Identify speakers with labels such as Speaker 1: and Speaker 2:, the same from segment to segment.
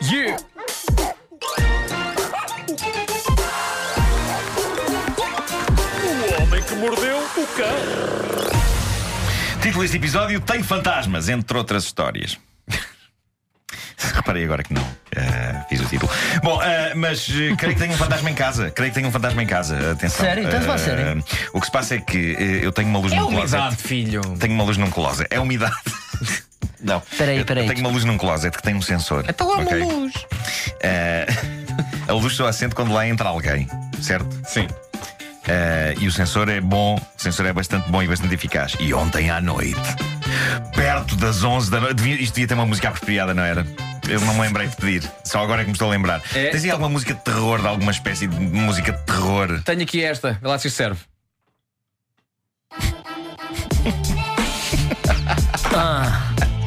Speaker 1: Yeah!
Speaker 2: O homem que mordeu o cão.
Speaker 3: Título deste episódio: Tem Fantasmas, entre outras histórias. Reparei agora que não eh, fiz o título. Bom, eh, mas eh, creio que tenho um fantasma em casa. Creio que tenho um fantasma em casa. Atenção.
Speaker 1: Sério? Então vá,
Speaker 3: Eh,
Speaker 1: sério.
Speaker 3: O que se passa é que eh, eu tenho uma luz
Speaker 1: É
Speaker 3: num closet.
Speaker 1: umidade, filho.
Speaker 3: Tenho uma luz num closet. É umidade. Não.
Speaker 1: Peraí,
Speaker 3: Eu-
Speaker 1: peraí.
Speaker 3: Eu tenho uma luz num closet que tem um sensor.
Speaker 1: Então há uma
Speaker 3: ok?
Speaker 1: luz.
Speaker 3: Eh, a luz só acende quando lá entra alguém, certo?
Speaker 2: Sim.
Speaker 3: Eh, e o sensor é bom, o sensor é bastante bom e bastante eficaz. E ontem à noite, perto das 11 da noite, devia- isto devia ter uma música apropriada, não era? Eu não me lembrei de pedir, só agora é que me estou a lembrar.
Speaker 4: É?
Speaker 3: Tens aí alguma música de terror, de alguma espécie de música de terror?
Speaker 4: Tenho aqui esta, vê lá se isto serve.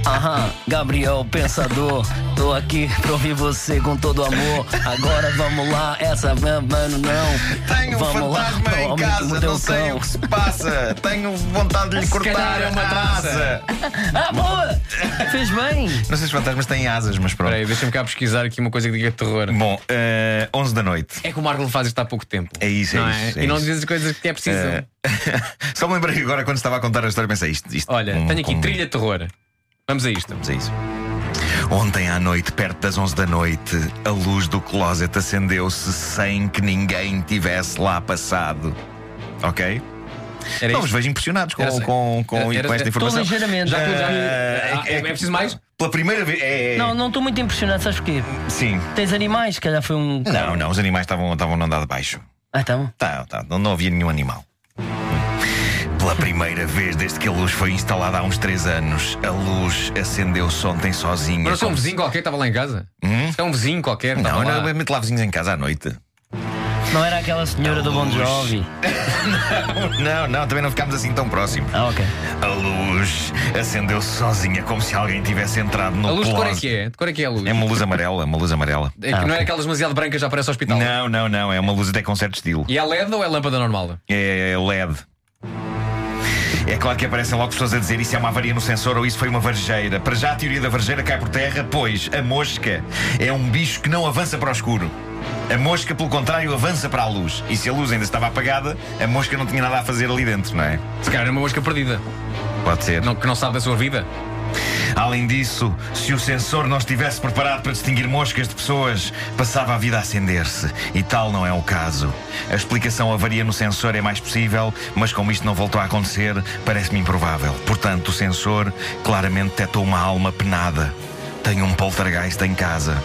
Speaker 5: Aham, Gabriel Pensador, tô aqui pra ouvir você com todo amor. Agora vamos lá, essa van- mano não.
Speaker 3: Tenho um
Speaker 5: vamos
Speaker 3: fantasma
Speaker 5: lá,
Speaker 3: em
Speaker 5: homem que
Speaker 3: casa,
Speaker 5: mordeu
Speaker 3: não
Speaker 5: o
Speaker 3: sei
Speaker 5: cão.
Speaker 3: o que se passa. Tenho vontade de lhe cortar
Speaker 4: calhar é uma
Speaker 3: a
Speaker 4: traça.
Speaker 3: asa.
Speaker 5: Ah, boa! Fez bem!
Speaker 3: Não sei se fantasmas têm asas, mas pronto.
Speaker 4: Espera aí, deixa-me cá pesquisar aqui uma coisa que diga terror.
Speaker 3: Bom, eh, 11 da noite.
Speaker 4: É que o Marco faz isto há pouco tempo.
Speaker 3: É isso, é
Speaker 4: não
Speaker 3: isso, é
Speaker 4: e não
Speaker 3: isso.
Speaker 4: diz as coisas que é preciso.
Speaker 3: Eh, Só me lembrei agora quando estava a contar a história, pensei isto. isto
Speaker 4: Olha,
Speaker 3: com-
Speaker 4: tenho aqui
Speaker 3: com-
Speaker 4: trilha de terror. Vamos a isto.
Speaker 3: Vamos a isso. Ontem à noite, perto das 11 da noite, a luz do closet acendeu-se sem que ninguém tivesse lá passado. Ok?
Speaker 4: Era
Speaker 3: não
Speaker 4: isto.
Speaker 3: vos vejo impressionados com,
Speaker 4: Era só-
Speaker 3: com, com,
Speaker 4: era-
Speaker 3: com esta
Speaker 4: era-
Speaker 3: informação.
Speaker 5: tão ligeiramente.
Speaker 3: Já,
Speaker 5: Já
Speaker 4: que- já que-
Speaker 3: eh,
Speaker 4: Ah, é- é preciso mais?
Speaker 3: Pela primeira vez. é- é-
Speaker 5: Não, não estou muito impressionado, sabes porquê?
Speaker 3: Sim.
Speaker 5: Tens animais, se calhar foi um.
Speaker 3: Não, não, os animais estavam estavam no andar de baixo.
Speaker 5: Ah, tá bom.
Speaker 3: Tá, tá, não, não havia nenhum animal. Pela primeira vez desde que a luz foi instalada há uns 3 anos, a luz acendeu-se ontem sozinha.
Speaker 4: Mas não sou um
Speaker 3: como- Hum?
Speaker 4: vizinho qualquer que estava lá em casa? É um vizinho qualquer. que
Speaker 3: Não,
Speaker 4: estava lá.
Speaker 3: não, é mete lá vizinhos em casa à noite.
Speaker 5: Não era aquela senhora do Bon Jovi.
Speaker 3: Não, não, também não ficámos assim tão próximos.
Speaker 5: Ah, ok.
Speaker 3: A luz acendeu-se sozinha, como se alguém tivesse entrado no
Speaker 4: A luz de cor é
Speaker 3: closet.
Speaker 4: que é? De cor é que é a luz?
Speaker 3: É uma luz amarela, uma luz amarela.
Speaker 4: É que não é aquelas demasiado brancas já parece hospital.
Speaker 3: Não, não, não, é uma luz até com certo estilo.
Speaker 4: E é LED ou é lâmpada normal?
Speaker 3: É LED. É claro que aparecem logo pessoas a dizer isso é uma avaria no sensor ou isso foi uma varjeira. Para já a teoria da varjeira cai por terra, pois a mosca é um bicho que não avança para o escuro. A mosca, pelo contrário, avança para a luz. E se a luz ainda estava apagada, a mosca não tinha nada a fazer ali dentro, não é?
Speaker 4: Se calhar é uma mosca perdida,
Speaker 3: Pode ser.
Speaker 4: não, que não sabe da sua vida.
Speaker 3: Além disso, se o sensor não estivesse preparado para distinguir moscas de pessoas, passava a vida a acender-se. E tal não é o caso. A explicação avaria no sensor é mais possível, mas como isto não voltou a acontecer, parece-me improvável. Portanto, o sensor claramente detectou uma alma penada. Tenho um poltergeist em casa.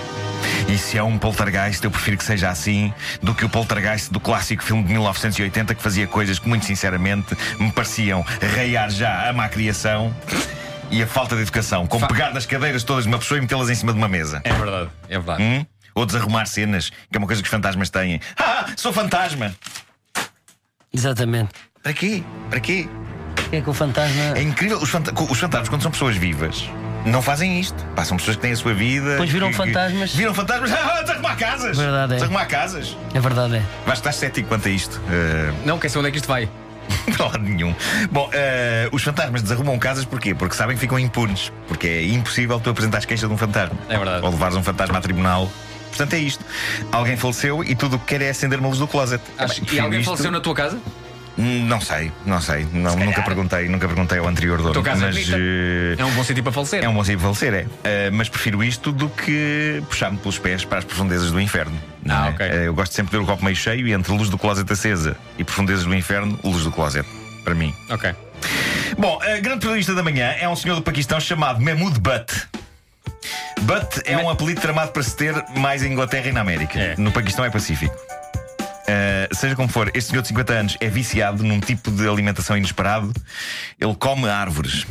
Speaker 3: E se é um poltergeist, eu prefiro que seja assim do que o poltergeist do clássico filme de 1980 que fazia coisas que, muito sinceramente, me pareciam raiar já a má criação e a falta de educação, como pegar das cadeiras todas de uma pessoa e metê-las em cima de uma mesa.
Speaker 4: É verdade, é verdade.
Speaker 3: Hum? Ou desarrumar cenas, que é uma coisa que os fantasmas têm. Ah, sou fantasma!
Speaker 5: Exatamente.
Speaker 3: Para quê? Para quê?
Speaker 5: O que é que o fantasma.
Speaker 3: É incrível. Os, fanta- os fantasmas, quando são pessoas vivas, não fazem isto. Pá, são pessoas que têm a sua vida.
Speaker 5: Pois viram
Speaker 3: que- que-
Speaker 5: fantasmas.
Speaker 3: Viram fantasmas. Ah, desarrumar casas!
Speaker 5: Verdade, é.
Speaker 3: Desarrumar casas.
Speaker 5: É verdade, é.
Speaker 3: Vais estar cético quanto a isto. Eh,
Speaker 4: Não, quer saber onde é que isto vai?
Speaker 3: Ah, Não há nenhum. Bom, eh, os fantasmas desarrumam casas porquê? Porque sabem que ficam impunes. Porque é impossível tu apresentares queixa de um fantasma.
Speaker 4: É verdade.
Speaker 3: Ou levares um fantasma a tribunal. Portanto, é isto. Alguém faleceu e tudo o que quer é acender uma luz do closet.
Speaker 4: Acho-
Speaker 3: Epá,
Speaker 4: e
Speaker 3: prefiro
Speaker 4: alguém
Speaker 3: isto-
Speaker 4: faleceu na tua casa?
Speaker 3: Hum, Não sei, não sei. Não,
Speaker 4: calhar.
Speaker 3: nunca perguntei, nunca perguntei ao anterior dono.
Speaker 4: tua casa é
Speaker 3: mas
Speaker 4: bonita.
Speaker 3: eh,
Speaker 4: É um bom sentido para falecer.
Speaker 3: é um bom sítio para falecer, é. Eh, mas prefiro isto do que puxar-me pelos pés para as profundezas do inferno. não
Speaker 4: Ah,
Speaker 3: é?
Speaker 4: ok.
Speaker 3: Eh, eu gosto sempre de ver o copo meio cheio e entre luz do closet acesa e profundezas do inferno, luz do closet. Para mim.
Speaker 4: Ok.
Speaker 3: Bom, a grande periodista da manhã é um senhor do Paquistão chamado Mahmoud Butt. Butt é um apelido tramado para se ter mais em Inglaterra e na América.
Speaker 4: É.
Speaker 3: No Paquistão é Pacífico. Uh, seja como for, este senhor de 50 anos é viciado num tipo de alimentação inesperado. Ele come árvores.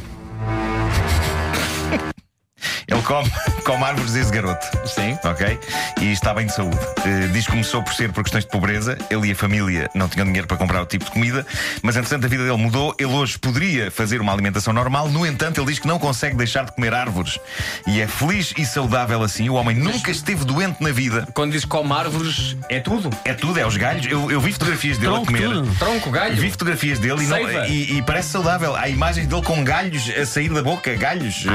Speaker 3: Ele come, come árvores desde garoto.
Speaker 4: Sim.
Speaker 3: Ok? E está bem de saúde. Eh, diz que começou por ser por questões de pobreza. Ele e a família não tinham dinheiro para comprar o tipo de comida, mas entretanto a vida dele mudou. Ele hoje poderia fazer uma alimentação normal, no entanto, ele diz que não consegue deixar de comer árvores. E é feliz e saudável assim. O homem nunca esteve doente na vida.
Speaker 4: Quando diz come árvores, é tudo.
Speaker 3: É tudo, é os galhos. Eu, eu vi fotografias dele
Speaker 5: Tronco,
Speaker 3: a comer.
Speaker 5: tudo.
Speaker 4: Tronco, galho.
Speaker 3: Vi fotografias dele e, não-
Speaker 4: Seiva.
Speaker 3: e- e parece saudável. Há imagens dele com galhos a sair da boca, galhos. eh,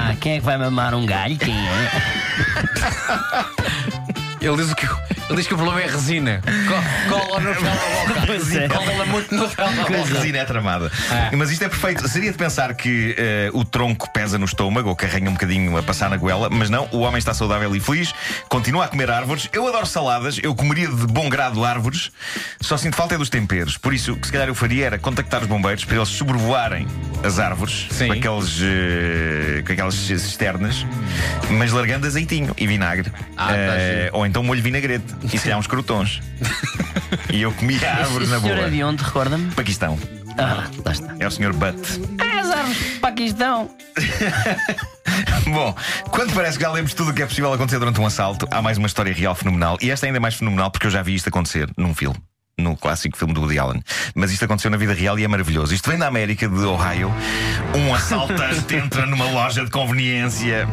Speaker 5: Ah, quem é que vai mamar um galho? Quem é?
Speaker 4: Ele diz, o que, ele diz que o problema é a resina. Co- Cola no final da boca.
Speaker 5: Pois é.
Speaker 4: Cola muito no final da
Speaker 3: A
Speaker 4: boca.
Speaker 3: resina é tramada.
Speaker 4: Ah.
Speaker 3: Mas isto é perfeito. Seria de pensar que eh, o tronco pesa no estômago ou carrega um bocadinho a passar na goela, mas não, o homem está saudável e feliz, continua a comer árvores. Eu adoro saladas, eu comeria de bom grado árvores, só sinto falta é dos temperos. Por isso, o que se calhar eu faria era contactar os bombeiros para eles sobrevoarem as árvores
Speaker 4: Sim.
Speaker 3: com, aqueles, eh, com aquelas cisternas, mas largando azeitinho e vinagre.
Speaker 4: Ah, tá
Speaker 3: Eh,
Speaker 4: giro.
Speaker 3: ou então molho vinagrete e se calhar uns crotons. e eu comia a árvore na boa.
Speaker 5: senhor é de onde, recorda-me?
Speaker 3: Paquistão.
Speaker 5: Ah, lá está.
Speaker 3: É o Sr. Butt.
Speaker 5: Ah, as árvores do Paquistão.
Speaker 3: Bom, quando parece que já lemos tudo o que é possível acontecer durante um assalto, há mais uma história real fenomenal. E esta é ainda mais fenomenal porque eu já vi isto acontecer num filme. No clássico filme do Woody Allen. Mas isto aconteceu na vida real e é maravilhoso. Isto vem da América, de Ohio. Um assaltante entra numa loja de conveniência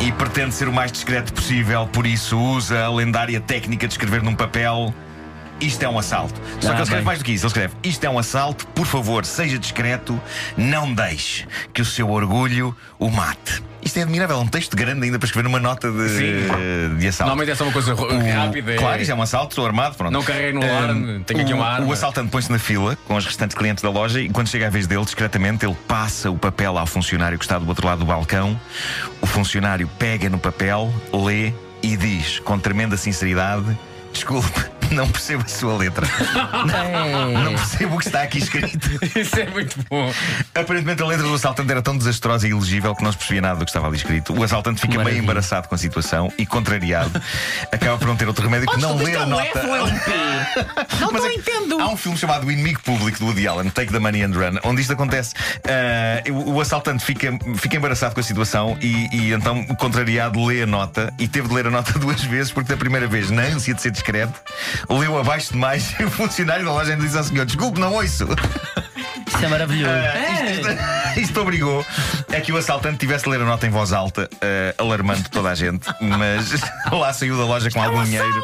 Speaker 3: e pretende ser o mais discreto possível, por isso usa a lendária técnica de escrever num papel. Isto é um assalto. Só que
Speaker 5: Ah,
Speaker 3: ele escreve
Speaker 5: bem.
Speaker 3: mais do que isso. Ele escreve: Isto é um assalto, por favor, seja discreto, não deixe que o seu orgulho o mate. Isto é admirável, é um texto grande ainda para escrever numa nota de,
Speaker 4: Sim.
Speaker 3: de assalto.
Speaker 4: Normalmente é só uma coisa ro-
Speaker 3: O-
Speaker 4: rápida. é-
Speaker 3: Claro, isto é um assalto, estou armado, pronto.
Speaker 4: Não carreguei no alarme,
Speaker 3: Ahm,
Speaker 4: tenho aqui
Speaker 3: o-
Speaker 4: uma arma.
Speaker 3: O assaltante põe-se na fila com os restantes clientes da loja e quando chega a vez dele, discretamente, ele passa o papel ao funcionário que está do outro lado do balcão. O funcionário pega no papel, lê e diz com tremenda sinceridade: Desculpe, não percebo a sua letra.
Speaker 5: É,
Speaker 3: Não percebo o que está aqui escrito.
Speaker 4: Isso é muito bom.
Speaker 3: Aparentemente a letra do assaltante era tão desastrosa e ilegível que não se percebia nada do que estava ali escrito. O assaltante fica meio
Speaker 5: Maravilha.
Speaker 3: embaraçado com a situação e contrariado. acaba por não ter outro remédio que não ler a nota. Não estou entendo. Há um filme chamado O Inimigo Público do Woody Allen, Take the Money and Run, onde isto acontece. Ah, o, o assaltante fica, fica embaraçado com a situação e, e então, contrariado, lê a nota e teve de ler a nota duas vezes, porque da primeira vez, na ânsia de ser discreto, leu abaixo demais e o funcionário da loja ainda diz ao senhor: desculpe, não ouço.
Speaker 5: Isso é maravilhoso.
Speaker 3: Isto, isto- isto obrigou a que o assaltante tivesse de ler a nota em voz alta, eh, alarmando toda a gente, mas lá saiu da loja com
Speaker 5: um
Speaker 3: algum dinheiro.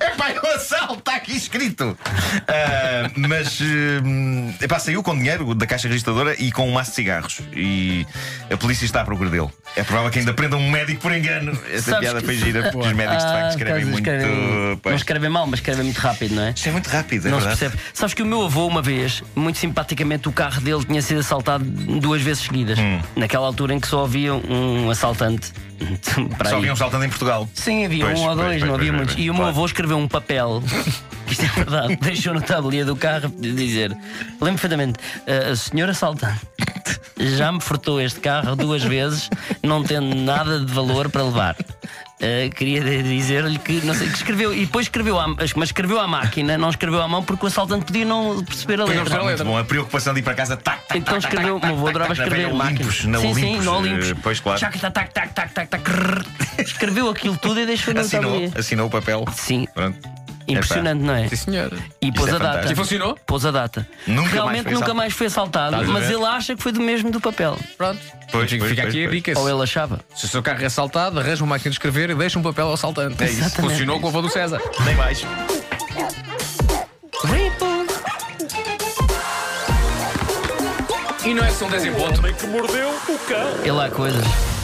Speaker 3: É pá, é um assalto, está aqui escrito. Ah, mas é pá, saiu com dinheiro da caixa registradora e com um maço de cigarros. E a polícia está à procura dele. É provável que ainda prendam um médico por engano. Essa
Speaker 5: Sabes
Speaker 3: piada
Speaker 5: que-
Speaker 3: foi gira, porque os médicos de
Speaker 5: Ah,
Speaker 3: facto escrevem
Speaker 5: pois,
Speaker 3: muito.
Speaker 5: escrevem-
Speaker 3: pois.
Speaker 5: Não escrevem mal, mas escrevem muito rápido, não é?
Speaker 3: Isto é muito rápido, é
Speaker 5: Não se
Speaker 3: verdade.
Speaker 5: percebe. Sabes que o meu avô, uma vez, muito simpaticamente, o carro dele tinha sido assaltado duas vezes seguidas.
Speaker 3: Hum.
Speaker 5: Naquela altura em que só havia um assaltante. para
Speaker 3: Só
Speaker 5: aí.
Speaker 3: havia um assaltante em Portugal.
Speaker 5: Sim, havia
Speaker 3: Pois,
Speaker 5: um ou
Speaker 3: pois,
Speaker 5: dois,
Speaker 3: pois,
Speaker 5: não
Speaker 3: pois,
Speaker 5: havia
Speaker 3: pois,
Speaker 5: muitos.
Speaker 3: pois,
Speaker 5: E o meu
Speaker 3: claro.
Speaker 5: avô escreveu um papel. Isto é verdade, deixou no tabuleiro do carro de dizer: Lembro perfeitamente, "Ah, a senhora assaltante já me furtou este carro duas vezes, não tendo nada de valor para levar. Ah, queria de- dizer-lhe que não sei que escreveu e depois escreveu à, mas escreveu à máquina, não escreveu à mão porque o assaltante podia não perceber a
Speaker 4: Pois não
Speaker 5: letra.
Speaker 4: percebeu a letra.
Speaker 3: Muito bom, a preocupação de ir para casa, tac, tac,
Speaker 5: Então escreveu, o meu avô adorava
Speaker 3: tac, tac,
Speaker 5: escrever
Speaker 3: na velha Olimpos,
Speaker 5: máquinas.
Speaker 3: na
Speaker 5: sim,
Speaker 3: Olimpos,
Speaker 5: sim, no
Speaker 3: eh,
Speaker 5: Olimpos.
Speaker 3: pois, claro.
Speaker 5: Chaca, tac, tac, tac, tac, tac, tac, crrr. Escreveu aquilo tudo e deixou no
Speaker 3: Assinou,
Speaker 5: tabuleiro.
Speaker 3: assinou o papel.
Speaker 5: Sim,
Speaker 3: Pronto.
Speaker 5: impressionante, não é?
Speaker 4: Sim, senhora.
Speaker 5: E pôs
Speaker 3: Isso é
Speaker 5: a data.
Speaker 3: fantástico.
Speaker 4: E funcionou?
Speaker 5: Pôs a data.
Speaker 3: Nunca mais
Speaker 5: Realmente
Speaker 3: foi
Speaker 5: nunca
Speaker 3: assaltado.
Speaker 5: mais foi assaltado,
Speaker 4: Estás a
Speaker 5: mas
Speaker 4: ver?
Speaker 5: ele acha que foi do mesmo do papel.
Speaker 4: Pronto.
Speaker 3: Pois,
Speaker 4: fica
Speaker 3: pois,
Speaker 4: fica
Speaker 3: pois,
Speaker 4: aqui a
Speaker 3: pois.
Speaker 4: dica.
Speaker 5: Ou ele achava.
Speaker 4: Se o seu carro é assaltado, arranja uma máquina de escrever e deixa um papel ao assaltante. É isso.
Speaker 5: Exatamente.
Speaker 4: Funcionou com a avó do César.
Speaker 3: Nem mais.
Speaker 4: E não é que são 10 em ponto. é
Speaker 2: Homem que mordeu o cão.
Speaker 5: Ele há coisas.